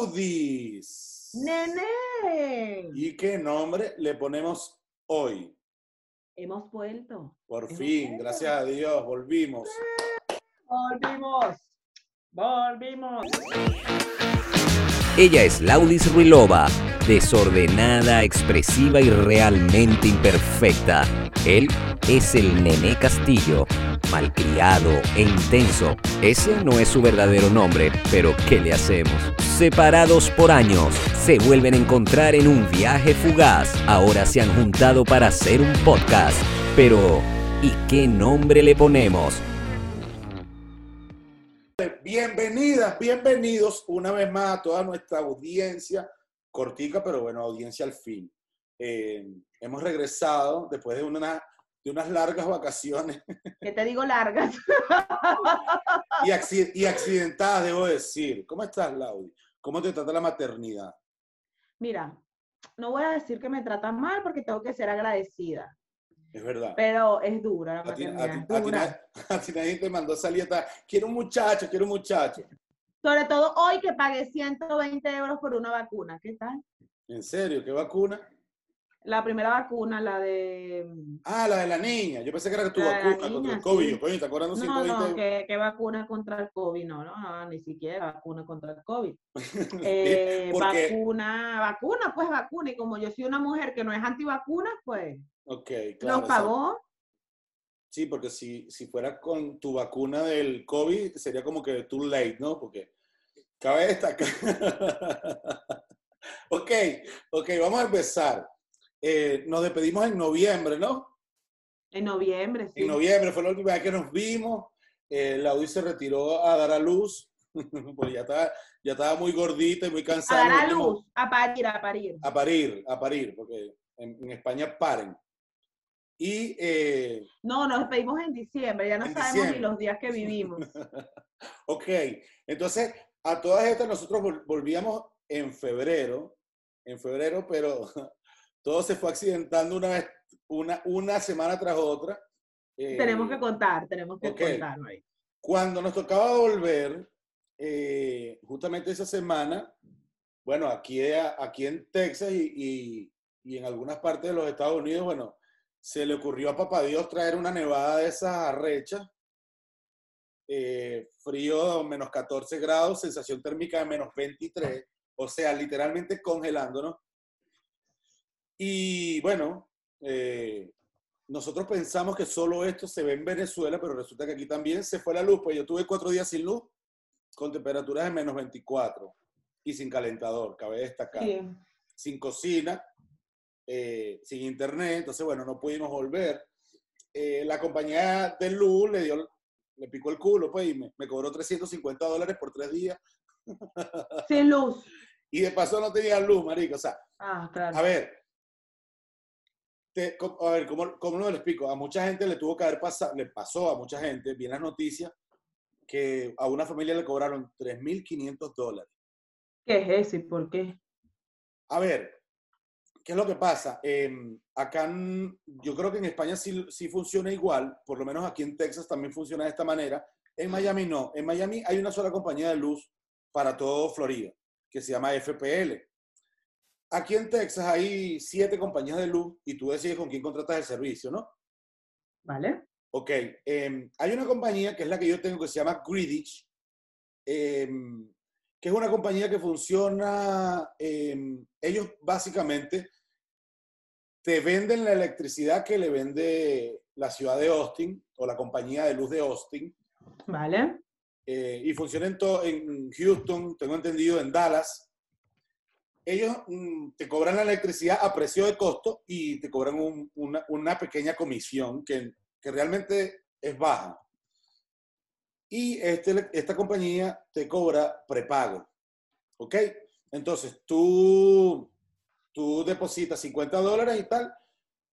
Laudis. ¡Nene! ¿Y qué nombre le ponemos hoy? Hemos vuelto. Por Hemos fin, vuelto. gracias a Dios, volvimos. Volvimos. Volvimos. Ella es Laudis Ruilova, desordenada, expresiva y realmente imperfecta. Él es el Nené Castillo, malcriado e intenso. Ese no es su verdadero nombre, pero ¿qué le hacemos? Separados por años, se vuelven a encontrar en un viaje fugaz. Ahora se han juntado para hacer un podcast. Pero, ¿y qué nombre le ponemos? Bienvenidas, bienvenidos una vez más a toda nuestra audiencia, cortica, pero bueno, audiencia al fin. Eh, hemos regresado después de, una, de unas largas vacaciones ¿Qué te digo largas? y, acci- y accidentadas, debo decir. ¿Cómo estás, Laudi? ¿Cómo te trata la maternidad? Mira, no voy a decir que me tratan mal porque tengo que ser agradecida, Es verdad. pero es dura la A ti, a ti- maternidad, a es ti na- dura. a ti nadie te mandó salir atrás. Quiero un muchacho, quiero un muchacho. Sobre todo hoy que pagué 120 euros por una vacuna. ¿Qué tal? ¿En serio? ¿Qué vacuna? La primera vacuna, la de... Ah, la de la niña. Yo pensé que era tu La de la vacuna contra niña, el COVID. sí. Yo, coño, ¿te acuerdas? de No, 120? no, ¿qué, qué vacuna contra el COVID? No, no, no, ni siquiera vacuna contra el COVID. Eh, porque- vacuna, vacuna, pues vacuna. Y como yo soy una mujer que no es antivacunas, pues Ok, claro. nos o sea, pagó. sí, porque si, si fuera con tu vacuna del COVID, sería como que too late, ¿no? Porque cabe destacar. ok, ok, vamos a empezar. Eh, nos despedimos en noviembre, ¿no? En noviembre, sí. En noviembre fue la última vez que nos vimos. Eh, Laudi se retiró a dar a luz, porque ya estaba, ya estaba muy gordita y muy a cansada. dar a Nos vimos- luz, a parir, a parir. A parir, a parir, porque en, en España paren. Y eh, No, nos despedimos en diciembre, ya no En sabemos diciembre. ni los días que vivimos. Ok, entonces a todas estas nosotros vol- volvíamos en febrero, en febrero, pero todo se fue accidentando una vez, una, una semana tras otra. Eh, tenemos que contar, tenemos que ok. contar. Mari. Cuando nos tocaba volver, eh, justamente esa semana, bueno, aquí, aquí en Texas y, y- y en algunas partes de los Estados Unidos, bueno, se le ocurrió a Papá Dios traer una nevada de esas arrechas, eh, frío menos 14 grados, sensación térmica de menos 23, o sea, literalmente congelándonos. Y bueno, eh, nosotros pensamos que solo esto se ve en Venezuela, pero resulta que aquí también se fue la luz. Pues yo tuve cuatro días sin luz, con temperaturas de menos 24 y sin calentador, cabe destacar. Sí. Sin cocina, eh, sin internet, entonces bueno, no pudimos volver. Eh, la compañía de luz le dio, le picó el culo, pues, y me, me cobró 350 dólares por tres días. Sin luz. Y de paso no tenía luz, marico. O sea, Ah, claro. a ver, te- co- a ver, ¿cómo, ¿cómo lo explico? A mucha gente le tuvo que haber pasado, le pasó a mucha gente, vi en las noticias, que a una familia le cobraron 3.500 dólares. ¿Qué es eso y por qué? A ver, ¿qué es lo que pasa? Em, acá, en- yo creo que en España sí, sí funciona igual, por lo menos aquí en Texas también funciona de esta manera. En Miami no. En Miami hay una sola compañía de luz para todo Florida, que se llama FPL. Aquí en Texas hay siete compañías de luz y tú decides con quién contratas el servicio, ¿no? ¿Vale? Ok, em, hay una compañía que es la que yo tengo que se llama Greenwich, em, que es una compañía que funciona, em, ellos básicamente te venden la electricidad que le vende la ciudad de Austin o la compañía de luz de Austin ¿Vale? eh, y funciona en, to- en Houston, tengo entendido, en Dallas. Ellos mm, te cobran la electricidad a precio de costo y te cobran un- una, una pequeña comisión que, que realmente es baja. Y este, esta compañía te cobra prepago. ¿Ok? Entonces tú, tú depositas 50 dólares y tal,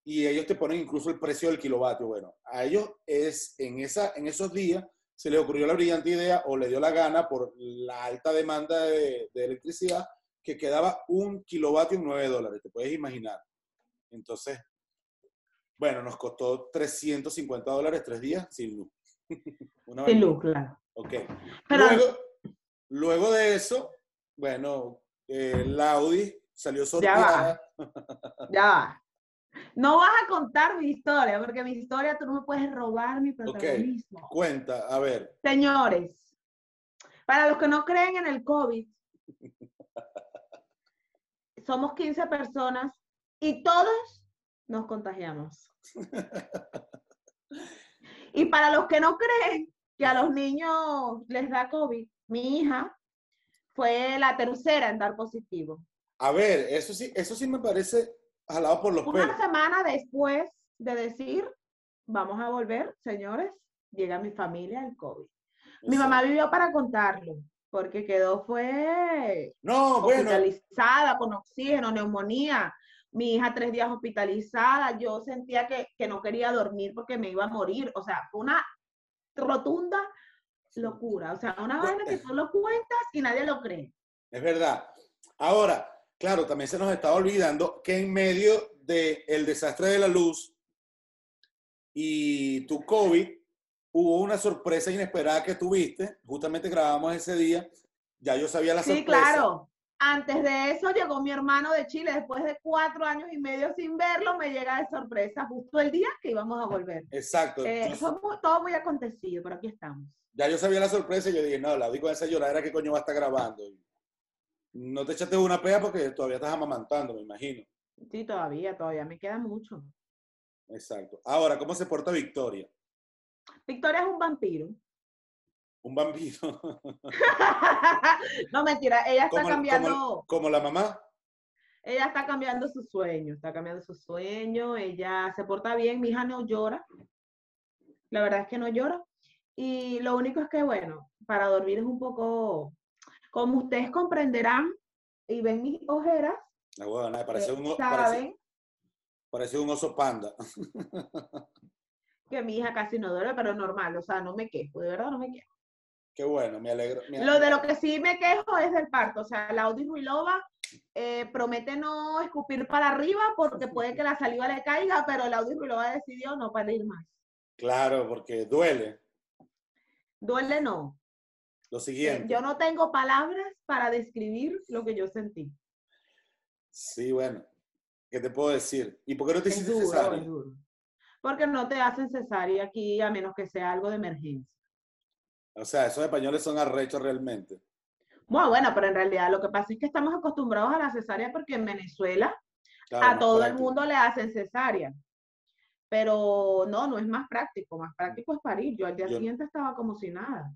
y ellos te ponen incluso el precio del kilovatio. Bueno, a ellos es en, esa, en esos días se les ocurrió la brillante idea o le dio la gana por la alta demanda de, de electricidad que quedaba un kilovatio en 9 dólares, te puedes imaginar. Entonces, bueno, nos costó 350 dólares tres días sin luz. Una Sin vaina. luz, claro. Ok. Pero Luego, luego de eso, Bueno, eh, la Audi salió va. sorteada. Ya va. No vas a contar mi historia, porque mi historia tú no me puedes robar mi protagonismo. Cuenta, a ver. Señores, para los que no creen en el COVID, somos 15 personas y todos nos contagiamos. Y para los que no creen que a los niños les da COVID, mi hija fue la tercera en dar positivo. A ver, eso sí, eso sí me parece jalado por los pelos. Una semana después de decir, vamos a volver, señores, llega mi familia el COVID. Mi mamá vivió para contarlo, porque quedó fue No, Ah, bueno, hospitalizada con oxígeno, neumonía. Mi hija tres días hospitalizada. Yo sentía que, que no quería dormir porque me iba a morir. O sea, fue una rotunda locura. O sea, una vaina que tú lo cuentas y nadie lo cree. es verdad. Ahora, claro, también se nos estaba olvidando que en medio del desastre de la luz y tu COVID, hubo una sorpresa inesperada que tuviste. Justamente grabamos ese día. Ya yo sabía la Sí, sorpresa. claro. Antes de eso llegó mi hermano de Chile. Después de cuatro años y medio sin verlo, me llega de sorpresa justo el día que íbamos a volver. Exacto. Eh, Yo- fue muy- todo muy acontecido, pero aquí estamos. ya yo sabía la sorpresa y yo dije, no, la digo esa lloradera que coño va a estar grabando. No te echaste una pea porque todavía estás amamantando, me imagino. Sí, todavía, todavía me queda mucho. Exacto. Ahora, ¿cómo se porta Victoria? Victoria es un vampiro. Un vampiro. no, mentira, ella está Como- cambiando, Como la mamá. ella está cambiando su sueño, está cambiando su sueño, ella se porta bien, mi hija no llora. La verdad es que no llora. Y lo único es que, bueno, para dormir es un poco, como ustedes comprenderán y ven mis ojeras, eh, La huevona, eh, parece, un, o- parece, saben parece un oso panda. que mi hija casi no duerme, pero normal, o sea, no me quejo, de verdad no me quejo. Qué bueno, me alegro. me- Lo de lo que sí me quejo es del parto. O sea, la Audi Ruilova eh, promete no escupir para arriba porque puede que la saliva le caiga, pero la Audi Ruilova decidió no parir más. Claro, porque duele. Duele no. Lo Eh, siguiente. Yo no tengo palabras para describir lo que yo sentí. Sí, bueno. ¿Qué te puedo decir? ¿Y por qué no te Es hiciste duro, cesárea? es duro. Porque no te hacen cesárea aquí a menos que sea algo de emergencia. O sea, esos españoles son arrechos realmente. Bueno, bueno, pero en realidad lo que pasa es que estamos acostumbrados a la cesárea porque en Venezuela Claro, a más todo el práctico. mundo le hacen cesárea. Pero no, no es más práctico. Más práctico es parir. Yo al día Yo- siguiente estaba como si nada.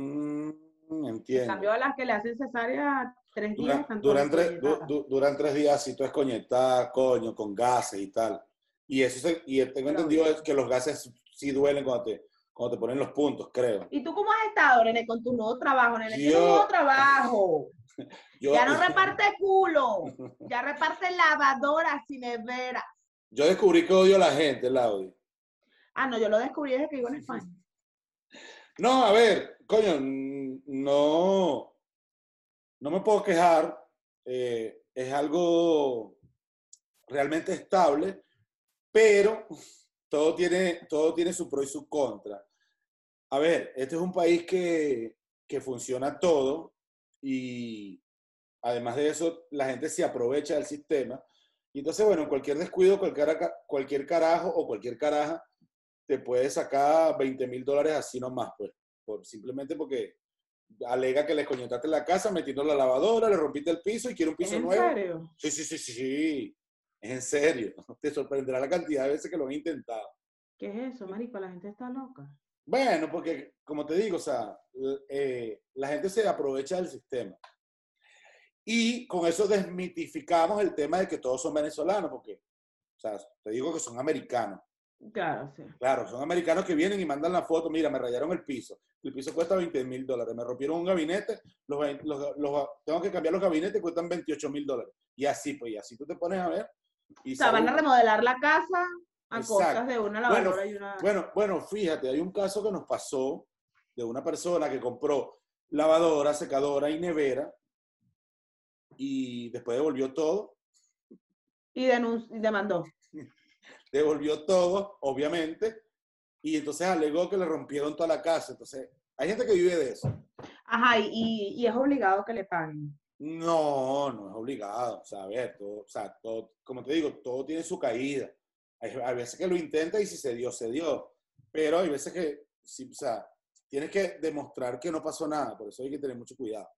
Mm, En entiendo. cambio, a las que le hacen cesárea tres días Dura- están duran, todas tres, du- desconectadas. du- duran tres días si tú es coñetada, coño, con gases y tal. Y eso se- y tengo Claro. entendido es que los gases sí duelen cuando te, cuando te ponen los puntos, creo. ¿Y tú cómo has estado, Nene, con tu nuevo trabajo? Nene, ¿qué Yo- nuevo trabajo? Yo, Ya no reparte culo. Ya reparte lavadoras y neveras. yo descubrí que odio a la gente, Laudi. Ah, no, yo lo descubrí desde que vivo en España. No, a ver, coño, mm, no, no me puedo quejar. eh, es algo realmente estable, pero todo tiene, todo tiene su pro y su contra. A ver, este es un país que, que funciona todo y además de eso, la gente se aprovecha del sistema. Y entonces, bueno, cualquier descuido, cualquier, aca- cualquier carajo o cualquier caraja te puede sacar 20 mil dólares así nomás, pues, por, simplemente porque alega que le coñetaste la casa metiendo la lavadora, le rompiste el piso y quiere un ¿Es piso en nuevo. serio? Sí, sí, sí, sí, sí. Es en serio. Te sorprenderá la cantidad de veces que lo han intentado. ¿Qué es eso, marico? La gente está loca. Bueno, porque, como te digo, o sea, l- eh, la gente se aprovecha del sistema. Y con eso desmitificamos el tema de que todos son venezolanos, porque, o sea, te digo que son americanos. Claro, sí. Claro, son americanos que vienen y mandan la foto. Mira, me rayaron el piso. El piso cuesta 20 mil dólares. Me rompieron un gabinete. Los, vein- los- los- tengo que cambiar los gabinetes, cuestan 28 mil dólares. Y así, pues, y así tú te pones a ver. Y O sea, van a sabes- remodelar la casa a Exacto. costas de una Bueno, lavadora y una... Bueno, bueno, fíjate, hay un caso que nos pasó de una persona que compró lavadora, secadora y nevera y después devolvió todo, y, denun- y demandó. devolvió todo, obviamente, y entonces alegó que le rompieron toda la casa. Entonces, Hay gente que vive de eso. Ajá, y, y es obligado que le paguen. No, no es obligado. O sea, a ver, todo, o sea, todo, como te digo, todo tiene su caída. Hay, hay veces que lo intenta y si se dio, se dio. Pero hay veces que, sí, o sea, tienes que demostrar que no pasó nada. Por eso hay que tener mucho cuidado.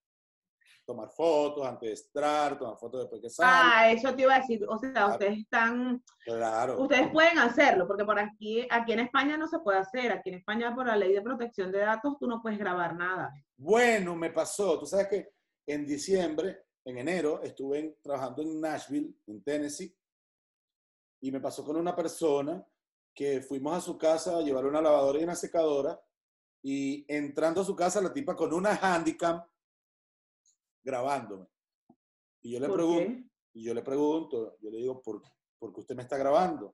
Tomar fotos antes de entrar, tomar fotos después que sale. Ah, eso te iba a decir. O sea, ustedes están, Claro. ustedes pueden hacerlo, porque por aquí, aquí en España no se puede hacer. Aquí en España, por la ley de protección de datos, tú no puedes grabar nada. Bueno, me pasó. Tú sabes que en diciembre, en enero, estuve en- trabajando en Nashville, en Tennessee, y me pasó con una persona que fuimos a su casa a llevar una lavadora y una secadora, y entrando a su casa, la tipa con una handicam grabándome. Y yo le ¿Por pregunto, qué? y yo le pregunto, yo le digo, ¿por, por qué usted me está grabando?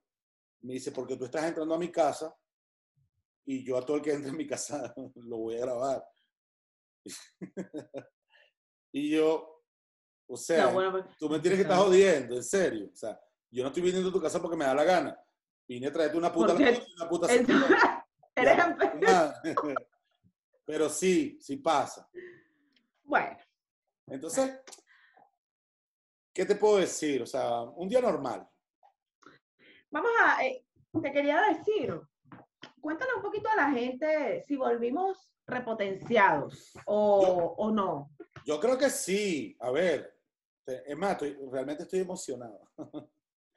Me dice, porque tú estás entrando a mi casa y yo a todo el que entre en mi casa lo voy a grabar. y yo, o sea, No, bueno, pues, porque- tú me tienes que estar Claro. jodiendo, en serio. O sea, yo no estoy viniendo a tu casa porque me da la gana. Vine a traerte una puta Porque- lavadora y una puta Entonces, secadora. eres Ya, empe- madre. Pero sí, sí pasa. Bueno, Entonces, ¿qué te puedo decir? O sea, un día normal. vamos a, eh, te quería decir, cuéntale un poquito a la gente si volvimos repotenciados o, o no. Yo creo que sí. A ver, te- es más, estoy- realmente estoy emocionado.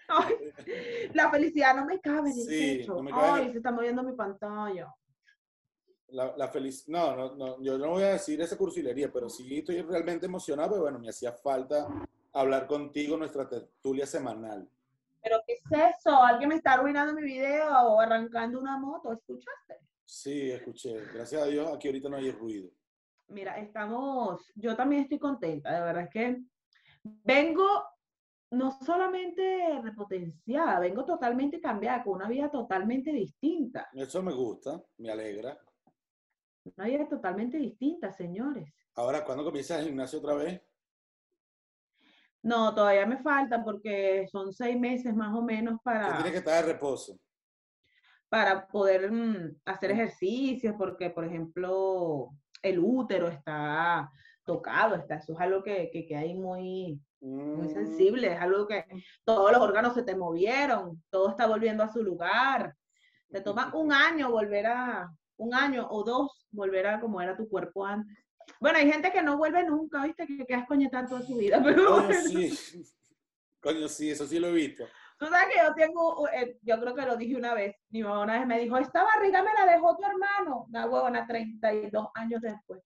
Ay, la felicidad no me cabe en el Sí, pecho. no me cabe en Ay, el- se está moviendo mi pantalla. La, la feliz, no, no, no, yo no voy a decir esa cursilería, pero sí estoy realmente emocionado. Pero bueno, me hacía falta hablar contigo en nuestra tertulia semanal. ¿Pero qué es eso? ¿Alguien me está arruinando mi video o arrancando una moto? ¿Escuchaste? Sí, escuché. Gracias a Dios, aquí ahorita no hay ruido. Mira, estamos, yo también estoy contenta, de verdad es que vengo no solamente repotenciada, vengo totalmente cambiada, con una vida totalmente distinta, Eso me gusta, me alegra. una vida totalmente distinta, señores. Ahora, ¿cuándo comienza el gimnasio otra vez? No, todavía me falta porque son seis meses más o menos Tú para, tienes que estar de reposo. para poder mm, hacer ejercicios, porque por ejemplo el útero está tocado, está, eso es algo que, que, que hay muy, muy Mm, sensible, es algo que todos los órganos se te movieron, todo está volviendo a su lugar. Te toma un año volver a, un año o dos, volver a como era tu cuerpo antes. Bueno, hay gente que no vuelve nunca, ¿viste? Que quedas coñetada toda su vida, pero Coño, bueno, sí. Coño, sí, eso sí lo he visto. tú sabes que yo tengo, eh, yo creo que lo dije una vez, mi mamá una vez me dijo, esta barriga me la dejó tu hermano, una huevona 32 años después.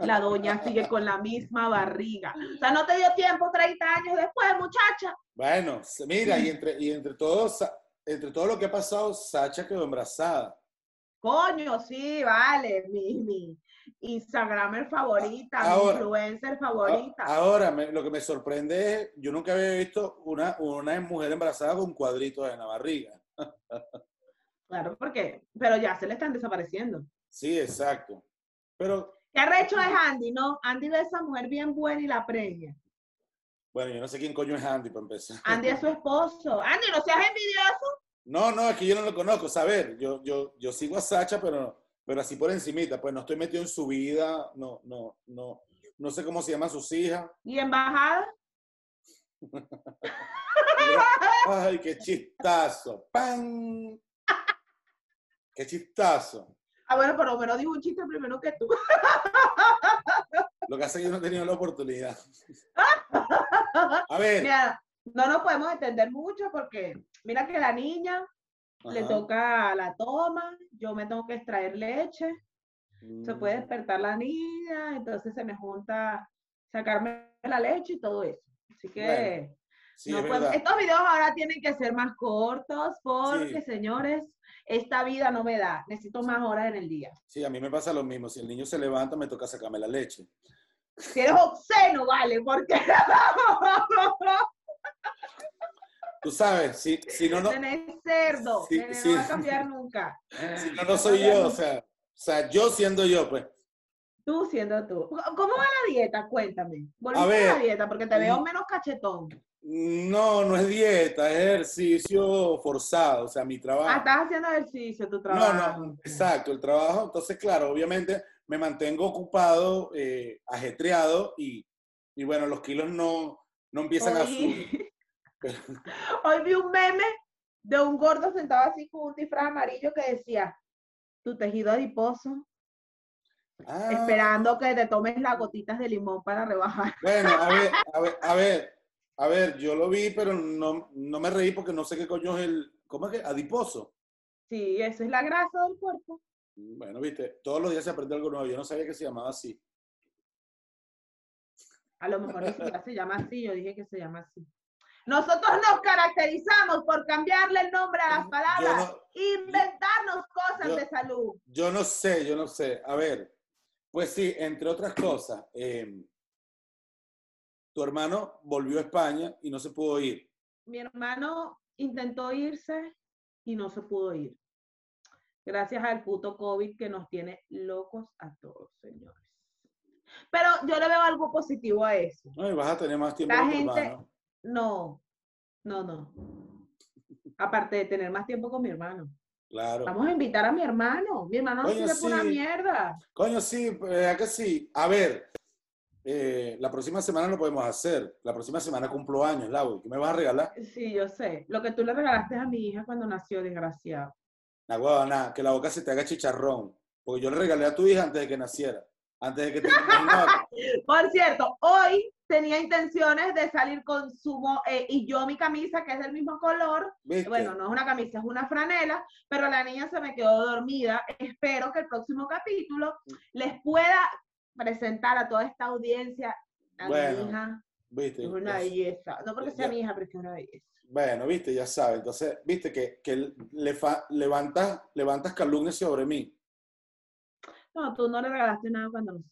La doña sigue con la misma barriga. O sea, no te dio tiempo 30 años después, muchacha. Bueno, se- mira, y entre, y entre todos, Sa- entre todo lo que ha pasado, Sacha quedó embarazada. Coño, sí, vale, mi, mi Instagramer favorita, mi Ahora- influencer A- favorita. Ahora, me- lo que me sorprende es, yo nunca había visto una, una mujer embarazada con cuadritos en la barriga. Claro, porque, pero ya se le están desapareciendo. Sí, exacto. Pero, ¿Qué arrecho es Andy? No, Andy ve a esa mujer bien buena y la preña. bueno, yo no sé quién coño es Andy para empezar. Andy es su esposo. Andy, no seas envidioso. No, no, es que yo no lo conozco. O sea, a ver, yo, yo, yo sigo a Sacha, pero, pero así por encimita, pues no estoy metido en su vida, no, no, no, no sé cómo se llaman sus hijas. ¿Y embajada? Ay, qué chistazo. ¡Pam! Qué chistazo. Ah, bueno, por lo menos dijo un chiste primero que tú. Lo que hace es que yo no he tenido la oportunidad. A ver. Mira, no nos podemos entender mucho porque mira que la niña le Ajá. toca la toma, yo me tengo que extraer leche. Mm. se puede despertar la niña, entonces se me junta sacarme la leche y todo eso. Así que Sí, no es puedo- verdad. estos videos ahora tienen que ser más cortos porque, Sí. señores, esta vida no me da. Necesito más horas en el día. Sí, a mí me pasa lo mismo. Si el niño se levanta, me toca sacarme la leche. Si eres obsceno, vale, porque Tú sabes, si, si no, no, tenés cerdo, Sí, nene, sí. no va a cambiar nunca. si no, no soy yo. O sea, o sea, yo siendo yo, pues. Tú siendo tú. ¿Cómo va la dieta? Cuéntame. Volviste a, la ver. Mm. dieta porque te veo menos cachetón. No, no es dieta, es ejercicio forzado. O sea, mi trabajo. Ah, estás haciendo Ah, ejercicio, tu No, trabajo. no, exacto, el trabajo. Entonces, claro, obviamente me mantengo ocupado, eh, ajetreado y, y bueno, los kilos no, no empiezan a subir. Hoy, hoy vi un meme de un gordo sentado así con un disfraz amarillo que decía, tu tejido adiposo, Ah, esperando que te tomes las gotitas de limón para rebajar. Bueno, a ver, a ver, a ver, a ver, yo lo vi, pero no, no me reí porque no sé qué coño es el, ¿cómo es que? Adiposo. Sí, eso es la grasa del cuerpo. Bueno, viste, todos los días se aprende algo nuevo. Yo no sabía que se llamaba así. A lo mejor ni siquiera se llama así, yo dije que se llama así. Nosotros nos caracterizamos por cambiarle el nombre a las Yo palabras, no, inventarnos cosas yo- de salud. yo no sé, yo no sé. A ver, pues sí, entre otras cosas, eh, tu hermano volvió a España y no se pudo ir. Mi hermano intentó irse y no se pudo ir. Gracias al puto COVID que nos tiene locos a todos, señores. Pero yo le veo algo positivo a eso. No, y vas a tener más tiempo La con tu gente- hermano. No, no, no. Aparte de tener más tiempo con mi hermano. Claro. Vamos a invitar a mi hermano. Mi hermano no Oye, sirve por una sí. mierda. Coño, sí, eh, ¿a que sí? A ver, eh, la próxima semana lo podemos hacer. La próxima semana cumplo años, Lau. ¿Qué me vas a regalar? Sí, yo sé. Lo que tú le regalaste a mi hija cuando nació, desgraciado. Nah, huevón, nah, que la boca se te haga chicharrón. Porque yo le regalé a tu hija antes de que naciera. Antes de que te imaginara. Por cierto, hoy tenía intenciones de salir con su mo- eh, y yo mi camisa, que es del mismo color. ¿Viste? Bueno, no es una camisa, es una franela, pero la niña se me quedó dormida. Espero que el próximo capítulo les pueda presentar a toda esta audiencia a Bueno, mi hija. ¿Viste? Es una Ya- belleza. No porque sea Ya. mi hija, pero es que es una belleza. Bueno, viste, ya sabes. Entonces, viste que, que le fa- levantas, levantas calumnias sobre mí. No, tú no le regalaste nada cuando nos-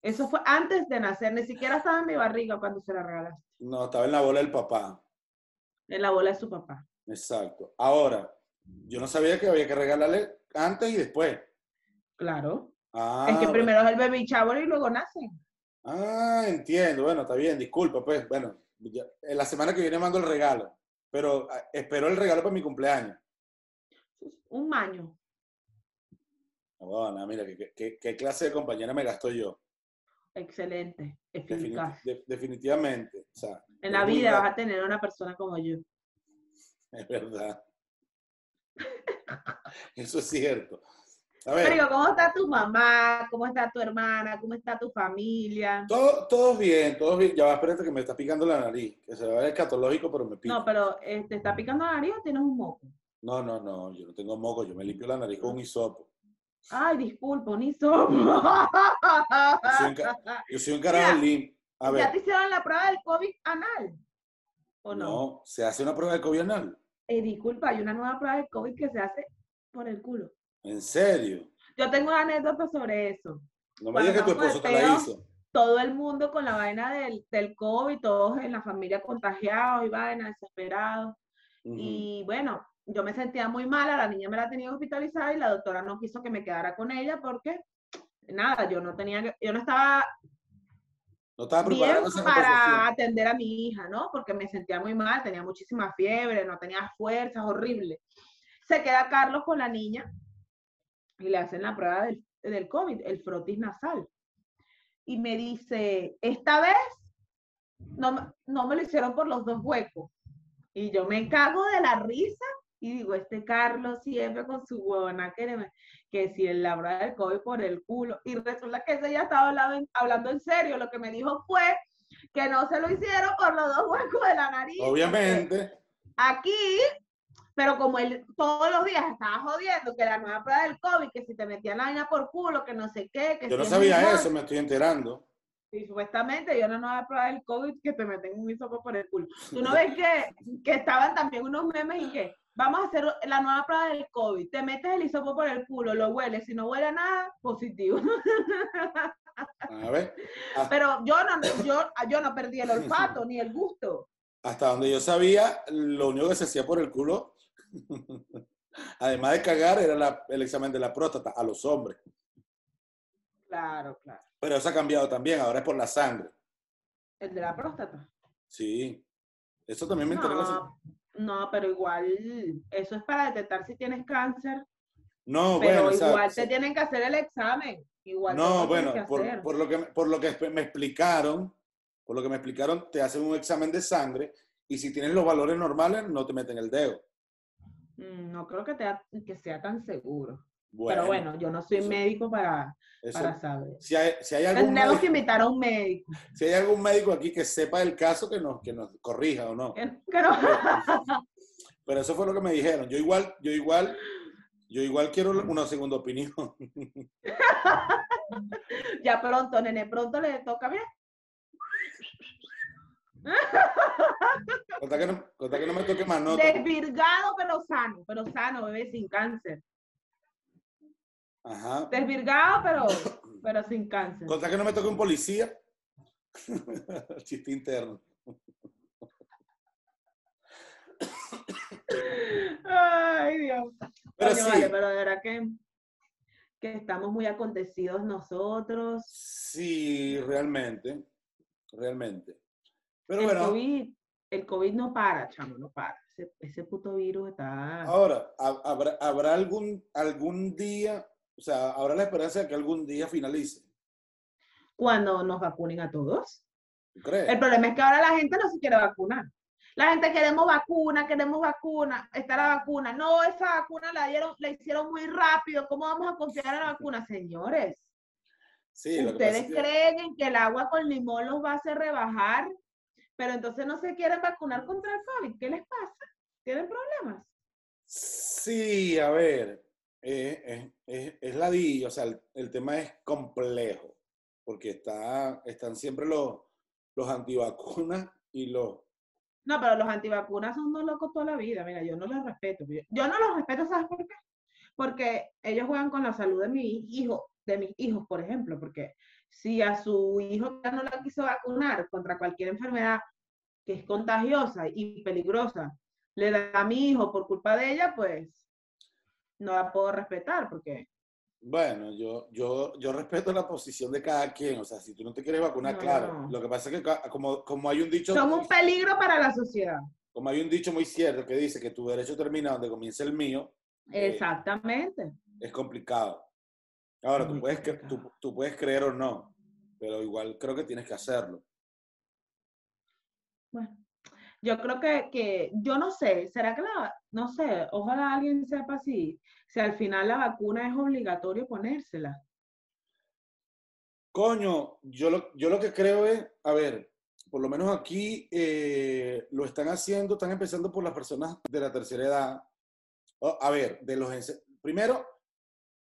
Eso fue antes de nacer, ni siquiera estaba en mi barriga cuando se la regalaste. No, estaba en la bola del papá. En la bola de su papá. Exacto. Ahora, yo no sabía que había que regalarle antes y después. Claro. Ah, es que bueno. primero es el baby shower y luego nacen. Ah, entiendo. Bueno, está bien, disculpa, pues. Bueno, ya- en la semana que viene mando el regalo. Pero ah, espero el regalo para mi cumpleaños. Un maño. No, huevona, Ah, mira, ¿qué- qué, qué- qué clase de compañera me gasto yo? Excelente. Definit- Eficaz. de- definitivamente. O sea, En la muy vida raro. vas a tener una persona como yo. Es verdad. Eso es cierto. A ver, Pero ¿cómo está tu mamá? ¿Cómo está tu hermana? ¿Cómo está tu familia? todo, todos bien, todos bien. Ya va, espérate que me está picando la nariz. Que se va a ver escatológico, pero me No, pica. pero eh, ¿te está picando la nariz o tienes un moco? No, no, no, yo no tengo moco, yo me limpio la nariz con un hisopo. Ay, disculpa, un hisopo. soy un ca- Yo soy un carajo Mira, limpio. A ¿Ya ver, te hicieron la prueba del COVID anal? ¿O no? no, se hace una prueba de COVID anal. Eh, disculpa, hay una nueva prueba del COVID que se hace por el culo. En serio. Yo tengo una anécdota sobre eso. No me Cuando digas que tu estamos de esposo te la peo, hizo. Todo el mundo con la vaina del, del COVID, todos en la familia contagiados y vaina, desesperados. Ujú. Y bueno, yo me sentía muy mala, la niña me la tenía hospitalizada y la doctora no quiso que me quedara con ella porque nada, yo no tenía, yo no estaba No estaba bien preparado esa para conversación. atender a mi hija, ¿no? Porque me sentía muy mal, tenía muchísima fiebre, no tenía fuerzas, horrible. Se queda Carlos con la niña y le hacen la prueba del, del COVID, el frotis nasal. Y me dice, esta vez no, me- no me lo hicieron por los dos huecos. Y yo me cago de la risa y digo, este Carlos siempre con su huevona que, le- que si el labrador del COVID por el culo. Y resulta que ese ya estaba hablando en, hablando en serio. Lo que me dijo fue que no se lo hicieron por los dos huecos de la nariz. porque Obviamente. Aquí, pero como él todos los días estaba jodiendo que la nueva prueba del COVID, que si te metían la vaina por culo, que no sé qué, que Yo si no es sabía mejor. eso, me estoy enterando. Y supuestamente yo no nueva prueba del COVID que te meten un hisopo por el culo. Tú no ves que, que estaban también unos memes y que vamos a hacer la nueva prueba del COVID. Te metes el hisopo por el culo, lo hueles. Si no huele a nada, positivo. A ver, Pero yo no, yo, yo no perdí el olfato ni el gusto. hasta donde yo sabía, lo único que se hacía por el culo, además de cagar, era la- el examen de la próstata a los hombres. Claro, claro. Pero eso ha cambiado también, ahora es por la sangre. El de la próstata. Sí. Eso también me enteré. la se- No, no, pero igual eso es para detectar si tienes cáncer No, Pero bueno, o sea, igual te tienen que hacer el examen. Igual te no, lo tienen bueno, que por, hacer. por lo que, me- por lo que me explicaron, por lo que me explicaron, te hacen un examen de sangre y si tienes los valores normales, no te meten el dedo. Mm, No creo que, te, ha- que sea tan seguro. Bueno, Pero bueno, yo no soy eso- médico para, eso- para saber. si, hay, si hay algún Tendremos médico, que invitar a un médico. si hay algún médico aquí que sepa el caso, que nos, que nos corrija o no. que- que no- Pero eso fue lo que me dijeron. Yo igual, yo igual, yo igual quiero una segunda opinión. ya pronto, nene, pronto le toca. Mira, Con tal que no, con tal que no me toque más nota. desvirgado pero sano, pero sano, bebé, sin cáncer. Ajá. Desvirgado pero, pero sin cáncer. Con tal que no me toque un policía. Chiste interno. Ay, Dios. Pero Coño, sí, vale, pero de verdad que, que estamos muy acontecidos nosotros. sí, realmente. Realmente. Pero el, bueno, COVID, el COVID no para, chamo, no para. Ese, ese puto virus está. ahora, ha- ¿habrá, habrá algún, algún día, o sea, habrá la esperanza de que algún día finalice? Cuando nos vacunen a todos. ¿Tú crees? El problema es que ahora la gente no se quiere vacunar. La gente queremos vacuna, queremos vacuna, está la vacuna. No, esa vacuna la dieron, la hicieron muy rápido. ¿Cómo vamos a confiar en la vacuna, señores? Sí, lo que pasa Ustedes es que- creen en que el agua con limón los va a hacer rebajar, pero entonces no se quieren vacunar contra el COVID. ¿Qué les pasa? ¿Tienen problemas? Sí, a ver, eh, es, es, es ladillo, o sea, el, el tema es complejo, porque está, están siempre los, los antivacunas y los... No, pero los antivacunas son unos locos toda la vida. Mira, yo no los respeto. Yo, yo no los respeto, ¿sabes por qué? Porque ellos juegan con la salud de mi hijo, de mis hijos, por ejemplo, porque si a su hijo ya no la quiso vacunar contra cualquier enfermedad que es contagiosa y peligrosa, le da a mi hijo por culpa de ella, pues no la puedo respetar, porque Bueno, yo, yo, yo respeto la posición de cada quien, o sea, si tú no te quieres vacunar, No, claro. no. Lo que pasa es que ca- como, como hay un dicho, son un peligro para la sociedad. como hay un dicho muy cierto que dice que tu derecho termina donde comienza el mío, Eh, Exactamente. es complicado. Ahora, tú Muy puedes, cre- tú- complicado. tú puedes creer o no, pero igual creo que tienes que hacerlo. Bueno, yo creo que, que, yo no sé, será que la, no sé, ojalá alguien sepa si, si al final la vacuna es obligatorio ponérsela. Coño, yo lo, yo lo que creo es, a ver, por lo menos aquí eh, lo están haciendo, están empezando por las personas de la tercera edad. O, a ver, de los ese- primero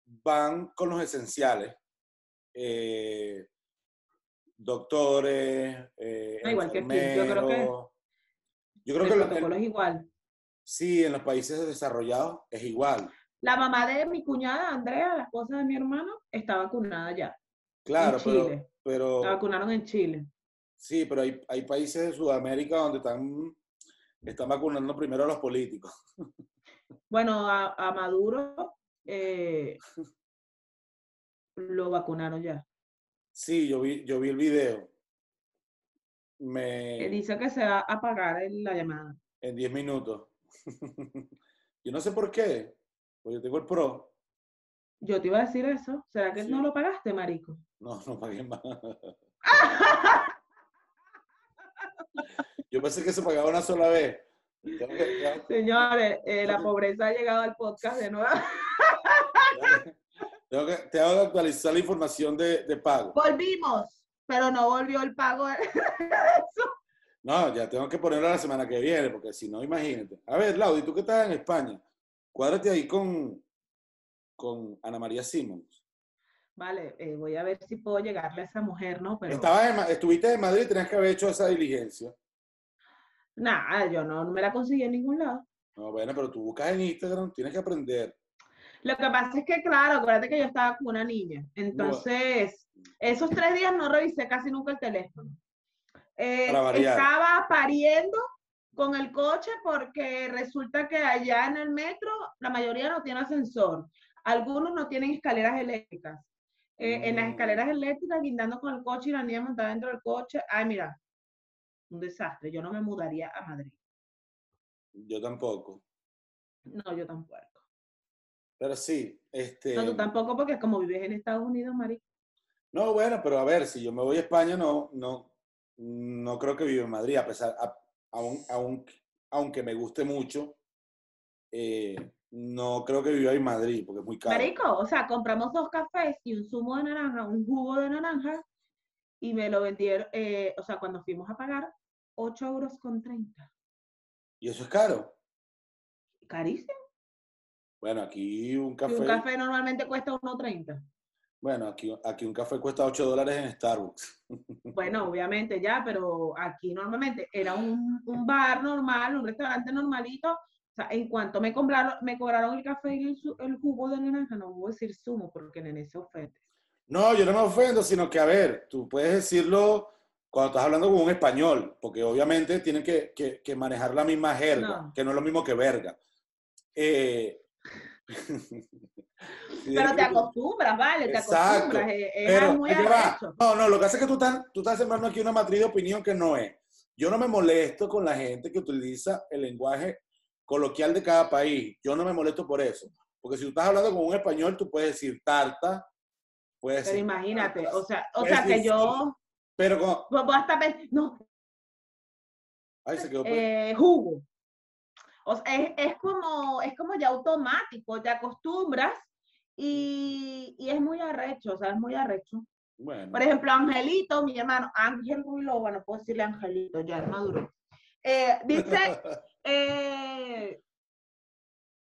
van con los esenciales, eh, doctores, eh, Ah, igual que aquí, yo creo que- enfermeros. Yo creo El que lo- protocolo es igual. sí, en los países desarrollados es igual, La mamá de mi cuñada, Andrea, la esposa de mi hermano, está vacunada ya. claro, en pero, Chile. Ah, pero La vacunaron en Chile. Sí, pero hay, hay países de Sudamérica donde están, están vacunando primero a los políticos. Bueno, a, a Maduro eh, lo vacunaron ya. Sí, yo vi, yo vi el video. Eh, Me, Dice que se va a pagar la llamada. en 10 minutos. Yo no sé por qué, porque yo tengo el pro. Yo te iba a decir eso. ¿Será que Sí. no lo pagaste, marico? No, no pagué más. Yo pensé que se pagaba una sola vez. Tengo que- tengo- Señores, eh, la pobreza ha llegado al podcast de nuevo. tengo que, tengo que actualizar la información de, de pago. Volvimos, pero no volvió el pago. No, ya tengo que ponerlo la semana que viene, porque si no, imagínate. A ver, Laudi, tú que estás en España, cuádrate ahí con, con Ana María Simons. Vale, eh, voy a ver si puedo llegarle a esa mujer, ¿no? Pero Estabas en Ma- estuviste en Madrid y tenías que haber hecho esa diligencia. nada, yo no, no me la conseguí en ningún lado. No, bueno, pero tú buscas en Instagram, tienes que aprender. Lo que pasa es que, claro, acuérdate que yo estaba con una niña. Entonces, esos tres días no revisé casi nunca el teléfono. Eh, Para variar. estaba pariendo con el coche porque resulta que allá en el metro la mayoría no tiene ascensor. Algunos no tienen escaleras eléctricas. Eh, En las Mm. escaleras eléctricas, guindando con el coche y la niña montada dentro del coche. Ay, mira, un desastre. Yo no me mudaría a Madrid. Yo tampoco. No, yo tampoco. Pero sí, este... No, tú tampoco, porque como vives en Estados Unidos, Mari. No, bueno, pero a ver, si yo me voy a España, no, no, no creo que viva en Madrid, a pesar, a- aun- aun- aunque me guste mucho, eh, no creo que viva en Madrid, porque es muy caro. Marico, o sea, compramos dos cafés y un zumo de naranja, un jugo de naranja, y me lo vendieron, eh, o sea, cuando fuimos a pagar, 8 euros con 30. Y eso es caro. Carísimo. Bueno, aquí un Y café, un café normalmente cuesta 1.30. bueno, aquí, aquí un café cuesta 8 dólares en Starbucks. Bueno, obviamente ya, pero aquí normalmente era un, un bar normal, un restaurante normalito. O sea, en cuanto me cobraron, me cobraron el café y el, su- el jugo de naranja, no voy a decir zumo porque nene se ofende. No, yo no me ofendo, sino que, a ver, tú puedes decirlo cuando estás hablando con un español, porque obviamente tienen que, que- que manejar la misma jerga, No. que no es lo mismo que verga. Eh, Pero te acostumbras, vale, te Exacto, acostumbras. eh, eh, Pero, es muy ahí te va. arrecho. No, no, lo que hace es que tú estás, tú estás sembrando aquí una matriz de opinión que no es. Yo no me molesto con la gente que utiliza el lenguaje coloquial de cada país. Yo no me molesto por eso. Porque si tú estás hablando con un español, tú puedes decir tarta, puedes Pero decir imagínate, tartas, o sea, o Pues sea que sí, yo pues Pero con... voy hasta pe- no, Ay, se quedó. pe- eh, jugo. O sea, es, es como, es como ya automático, te acostumbras y, y es muy arrecho, o sea, es muy arrecho. Bueno. Por ejemplo, Angelito, mi hermano, Ángel Ruilova, no puedo decirle Angelito, ya es maduro. Eh, dice eh,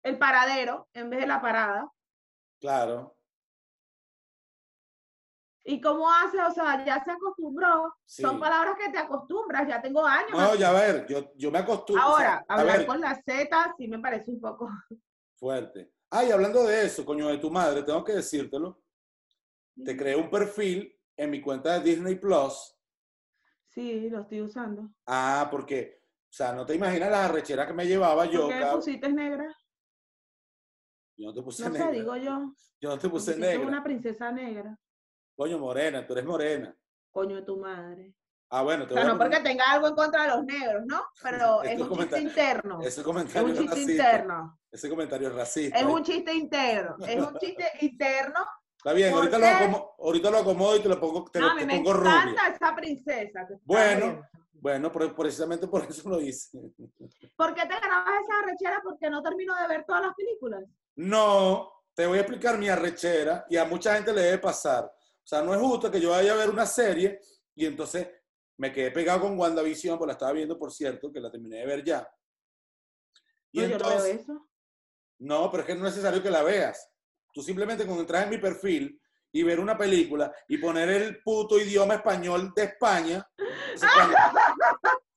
el paradero en vez de la parada. claro. ¿Y cómo hace? O sea, ya se acostumbró. Sí. Son palabras que te acostumbras, ya tengo años. No, así. ya a ver, yo, yo me acostumbro. o sea, Ahora, a hablar ver, con la Z sí me parece un poco. fuerte. Ay, hablando de eso, coño de tu madre, tengo que decírtelo. Te creé un perfil en mi cuenta de Disney Plus. Sí, lo estoy usando. Ah, porque, o sea, no te imaginas las arrecheras que me llevaba Ah, yo, ¿Por qué me cabrón. pusiste negra? Yo no te puse No sé, negra. digo yo. Yo no te Me puse pusiste negra. una princesa negra. Coño, morena, tú eres morena. Coño de tu madre. Ah, bueno, te O sea, voy a no poner- porque tenga algo en contra de los negros, ¿no? Esto Pero es un chiste comenta- interno. Es Ese comentario un es chiste racista. interno. Ese comentario es racista. Es un chiste interno. Es un chiste interno. Está bien, ¿Por ahorita qué? lo, acomo- ahorita lo acomodo y te lo pongo, te No, lo- a mí te me pongo encanta rubia. esa princesa. que está Bueno. viendo. Bueno, por- precisamente por eso lo hice. ¿Por qué te grabas esa arrechera? Porque no termino de ver todas las películas. No, te voy a explicar mi arrechera y a mucha gente le debe pasar. O sea, no es justo que yo vaya a ver una serie y entonces me quedé pegado con WandaVision, pues la estaba viendo, por cierto, que la terminé de ver ya. Y No, yo no veo entonces, eso. no, pero es que no es necesario que la veas. Tú simplemente con entrar en mi perfil y ver una película y poner el puto idioma español de España. Entonces cuando,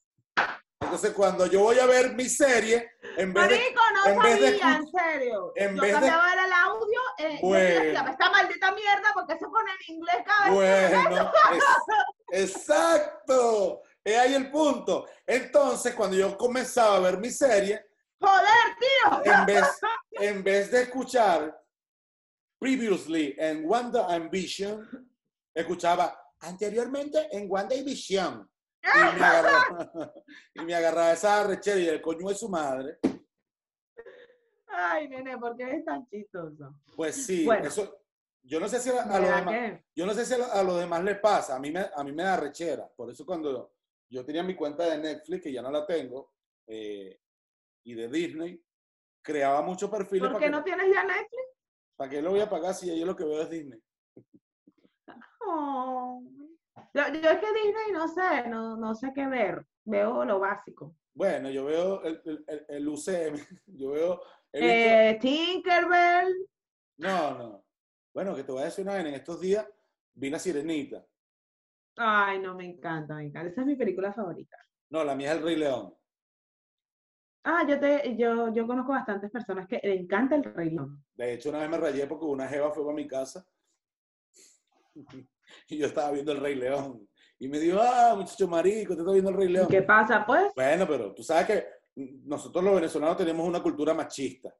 entonces, cuando yo voy a ver mi serie, en vez de... Marico, no en vez de sabía, en escuch- serio. en yo vez de- cambiaba el audio. Eh, yo Bueno. decía, esta maldita mierda, porque se pone en inglés cada vez? Bueno, es- exacto. Es ahí el punto. Entonces, cuando yo comenzaba a ver mi serie, Joder, tío. en vez, en vez de escuchar previously en Wanda and Vision, escuchaba anteriormente en Wanda y Vision. Y me agarraba, y me agarraba esa rechera y el coño de su madre. Ay, nene, ¿por qué eres tan chistoso? Pues sí, Bueno. eso. Yo no sé si a, a los ¿Verdad demás. que? Yo no sé si a, lo- a los demás les pasa, a mí, me, a mí me da rechera. Por eso cuando yo tenía mi cuenta de Netflix, que ya no la tengo, eh, y de Disney, creaba muchos perfiles para ¿Por qué que, no tienes ya Netflix? para que lo voy a pagar si yo lo que veo es Disney. Oh. Yo, yo es que Disney no sé, no, no sé qué ver. Veo lo básico. Bueno, yo veo el, el- el- el UCM, yo veo... he visto- Eh, Tinkerbell. No, no. Bueno, que te voy a decir una vez, en estos días vi La Sirenita. Ay, no, me encanta, me encanta. Esa es mi película favorita. No, la mía es El Rey León. Ah, yo te, yo, yo conozco bastantes personas que le encanta el Rey León. De hecho, una vez me rayé porque una jeva fue para mi casa y yo estaba viendo El Rey León. Y me dijo, ah, muchacho marico, te está viendo El Rey ¿Y León. qué pasa, pues? Bueno, pero tú sabes que nosotros los venezolanos tenemos una cultura machista.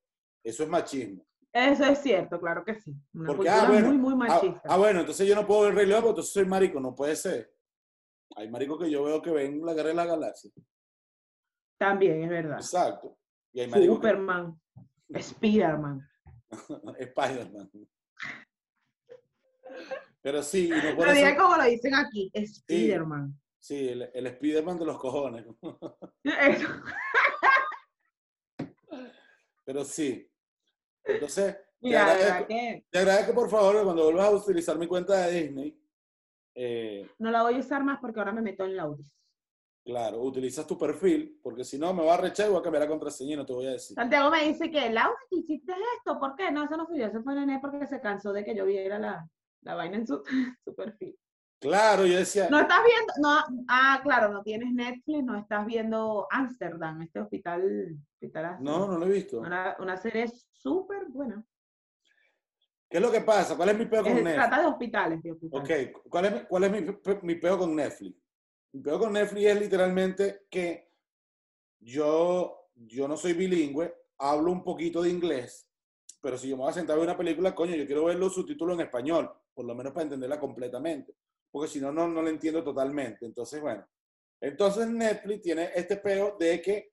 Eso es machismo. Eso es cierto, claro que sí. Una Porque, cultura ah, bueno, muy, muy Ah, machista. ah, bueno, entonces yo no puedo ver El Rey León porque entonces soy marico. No puede ser. Hay maricos que yo veo que ven La Guerra de la Galaxia. También, es verdad. Exacto. Y hay maricos que- Superman, Spiderman. Spider-Man. Pero sí, y no por Lo diré eso- como lo dicen aquí, Spiderman. sí, el, el Spider-Man de los cojones. Eso. Pero sí. Entonces, te Mira, la agradezco, verdad que te agradezco, por favor cuando vuelvas a utilizar mi cuenta de Disney, eh, no la voy a usar más porque ahora me meto en Laudis. claro, utilizas tu perfil, porque si no me va a rechazar y voy a cambiar la contraseña y no te voy a decir. Santiago me dice que, Laura, ¿qué hiciste esto? ¿Por qué? No, eso no fui yo, eso fue Nené porque se cansó de que yo viera la, la vaina en su, su perfil. Claro, yo decía, No estás viendo, no, ah, claro, no tienes Netflix, no estás viendo Amsterdam, este hospital, hospital no, Amsterdam. no lo he visto. Una, una serie súper buena. ¿Qué es lo que pasa? ¿Cuál es mi peo con Es- Netflix? trata de hospitales, de hospitales. Ok, ¿cuál es, mi- cuál es mi, pe- mi peo con Netflix? Mi peo con Netflix es literalmente que yo, yo no soy bilingüe, hablo un poquito de inglés, pero si yo me voy a sentar a ver una película, coño, yo quiero ver los subtítulos en español, por lo menos para entenderla completamente, porque si no, no, no la entiendo totalmente. Entonces, bueno. Entonces Netflix tiene este peo de que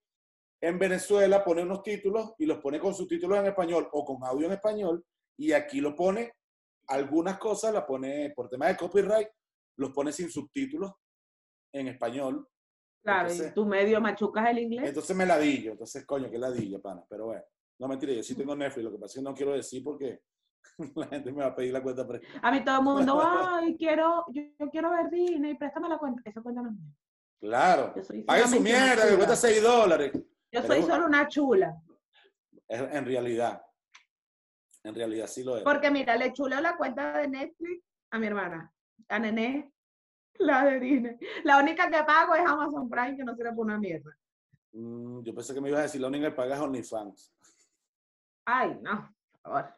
en Venezuela pone unos títulos y los pone con subtítulos en español o con audio en español, y aquí lo pone algunas cosas las pone por tema de copyright, los pone sin subtítulos en español. Claro, entonces- y tú medio machucas el inglés. Entonces me ladillo. Entonces, coño, qué ladilla, pana. Pero bueno, no mentira, yo sí tengo Netflix. Lo que pasa es que no quiero decir porque la gente me va a pedir la cuenta prestada. A mí todo el mundo, ay, quiero, yo, yo quiero ver Disney, préstame la cuenta. Esa cuenta no es mía. Claro. Yo soy Pague su solamente una mierda, que chula. cuesta 6 dólares. Yo pero soy bueno. solo una chula. En en realidad. En realidad sí lo es. Porque mira, le chuleo la cuenta de Netflix a mi hermana, a Nené, la de Disney. La única que pago es Amazon Prime, que no sirve para una mierda. Mm, yo pensé que me ibas a decir la única que pagas OnlyFans. Ay, no, por favor.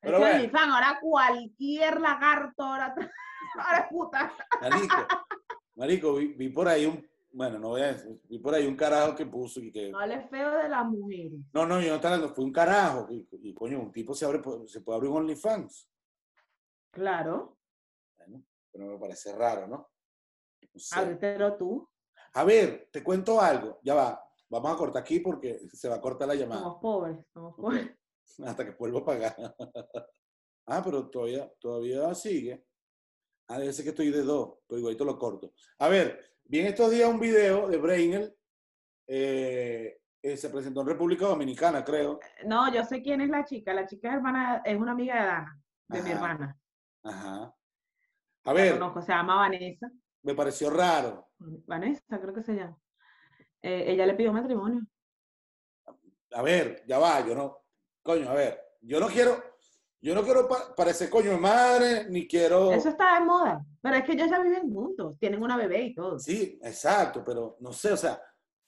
Pero Pero bueno. fan, ahora cualquier lagarto, ahora, ahora es puta. Marico, marico vi, vi por ahí un. Bueno, no voy a decir. Vi por ahí un carajo que puso y que. No hables feo de las mujeres. No, no, yo no estaba hablando, fue un carajo. Y, y, coño, un tipo se, abre, po- se puede abrir un OnlyFans. Claro, Pero me parece raro, ¿no? No sé. ábretelo tú. A ver, te cuento algo. Ya va. Vamos a cortar aquí porque se va a cortar la llamada. Somos pobres, somos pobres. Hasta que vuelva a pagar. ah, pero todavía, todavía sigue. Ah, debe ser que estoy de dos, pero igualito lo corto. A ver, vi en estos días un video de Brainel. eh, eh, se presentó en República Dominicana, creo. No, yo sé quién es la chica. La chica es hermana, es una amiga de Dana, de mi Ajá. hermana. Ajá. A La ver, conozco, se llama Vanessa. me pareció raro. Vanessa, creo que se llama. Eh, ella le pidió matrimonio. a ver, ya va, yo no, coño, a ver, yo no quiero, yo no quiero pa- parecer coño de madre, ni quiero, Eso está de moda. Pero es que ellos ya viven juntos, tienen una bebé y todo. sí, exacto, pero no sé, o sea,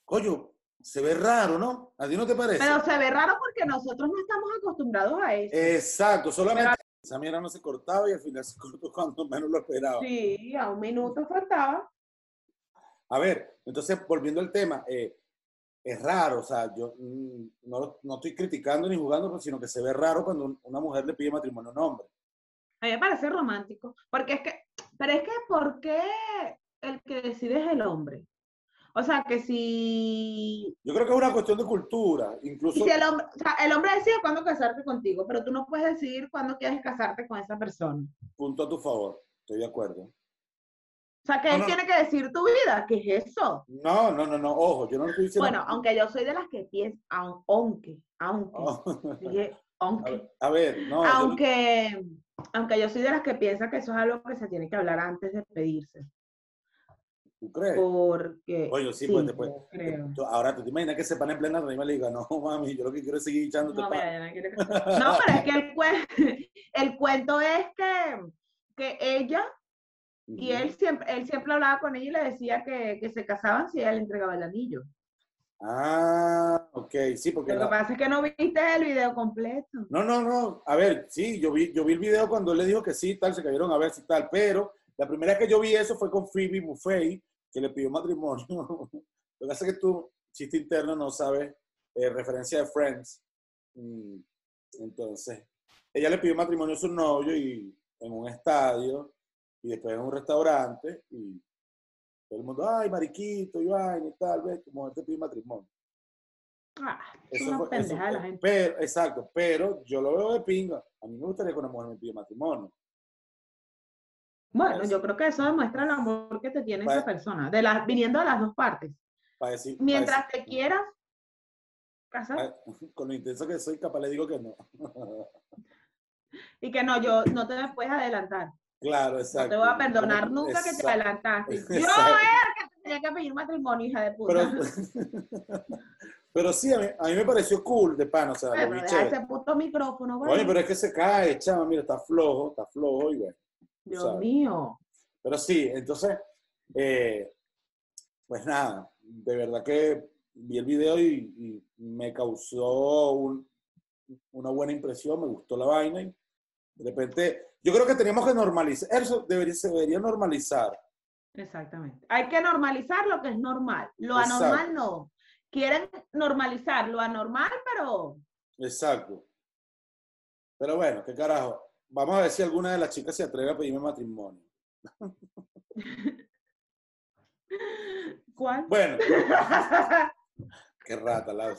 coño, se ve raro, ¿no? ¿A ti no te parece? Pero se ve raro porque nosotros no estamos acostumbrados a eso. exacto, solamente esa mierda no se cortaba y al final se cortó cuando menos lo esperaba. Sí, a un minuto faltaba. A ver, entonces, volviendo al tema, eh, es raro, o sea, yo mm, no, lo- no estoy criticando ni jugando, pero sino que se ve raro cuando un- una mujer le pide matrimonio a un hombre. A mí me parece romántico. Porque es que, pero es que, ¿por qué el que decide es el hombre? O sea, que si Yo creo que es una cuestión de cultura, incluso... Y si el hombre, o sea, el hombre decide cuándo casarte contigo, pero tú no puedes decidir cuándo quieres casarte con esa persona. Punto a tu favor, estoy de acuerdo. O sea, que Ah, No, él no. tiene que decir tu vida, ¿qué es eso? No, no, no, no, ojo, yo no lo estoy diciendo. Bueno, aunque yo soy de las que pienso, aun- aunque, aunque, Oh, dije, a, aunque, ver, a ver, no. yo- aunque, aunque yo soy de las que piensa que eso es algo que se tiene que hablar antes de pedirse, ¿Tú crees? porque Coño, sí, pues, después- yo creo. Tú- ahora, ¿tú te imaginas que se van en plena rima y le diga, no, mami, yo lo que quiero es seguir echándote No, pan"? mira, ya no quiero que- No, pero es que el, cue- el cuento es que, que ella Y Ujú. él siempre, él siempre hablaba con ella y le decía que, que se casaban si ella le entregaba el anillo. Ah, ok, sí, porque... Lo que la- pasa es que no viste el video completo. No, no, no, a ver, sí, yo vi, yo vi el video cuando él le dijo que sí, tal, se cayeron a ver si tal, pero la primera vez que yo vi eso fue con Phoebe Buffay, que le pidió matrimonio. lo que pasa es que tú, chiste interno, no sabes eh, referencia de Friends. Mm, Entonces, ella le pidió matrimonio a su novio y en un estadio y después en un restaurante y todo el mundo, ay, mariquito, y vaina y tal, ves, tu mujer te pide matrimonio. Ah, es Eso una fue- eso pendeja de la fue- gente. Pero, exacto, pero yo lo veo de pinga. A mí me gustaría que una mujer me pida matrimonio. Bueno, Pues- yo creo que eso demuestra el amor que te tiene Pues- esa persona, de las, viniendo de las dos partes. Para decir, para Mientras decir- te quieras casar para- con lo intenso que soy, capaz le digo que no. y que no, yo no te me puedes adelantar. claro, No exacto. te voy a perdonar nunca que te Exacto. adelantaste. Yo eh. Exacto. era que tenía que pedir matrimonio, hija de puta. Pero, Pero, pero sí, a mí, a mí me pareció cool de pan, o sea, lo vi deja chévere. ese puto micrófono, Coño, bueno. pero es que se cae, chama, mira, está flojo, está flojo y bueno. Dios sabes. mío. Pero sí, entonces, eh, pues nada, de verdad que vi el video y, y me causó un- una buena impresión, me gustó la vaina y de repente, yo creo que teníamos que normalizar, eso debería, se debería normalizar. Exactamente. Hay que normalizar lo que es normal. Lo Exacto. anormal no. Quieren normalizar lo anormal, pero Exacto. Pero bueno, qué carajo. Vamos a ver si alguna de las chicas se atreve a pedirme matrimonio. ¿cuál? Bueno, qué rata la.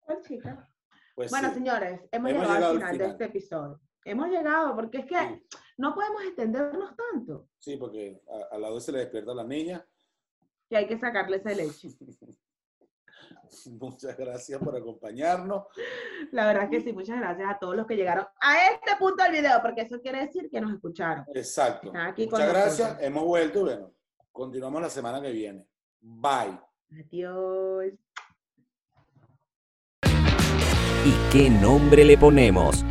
¿Cuál chica? Pues Bueno, sí. señores, hemos, Hemos llegado, llegado al al final de final. este episodio. Hemos llegado porque es que Sí, no podemos extendernos tanto sí, porque a, a las 12 le despierta la niña. y hay que sacarle ese leche. Muchas gracias por acompañarnos. La verdad es que sí, muchas gracias a todos los que llegaron a este punto del video, porque eso quiere decir que nos escucharon. Exacto. Están aquí con Muchas gracias. nosotros. Hemos vuelto. y Bueno, continuamos la semana que viene. Bye. Adiós. ¿Y qué nombre le ponemos?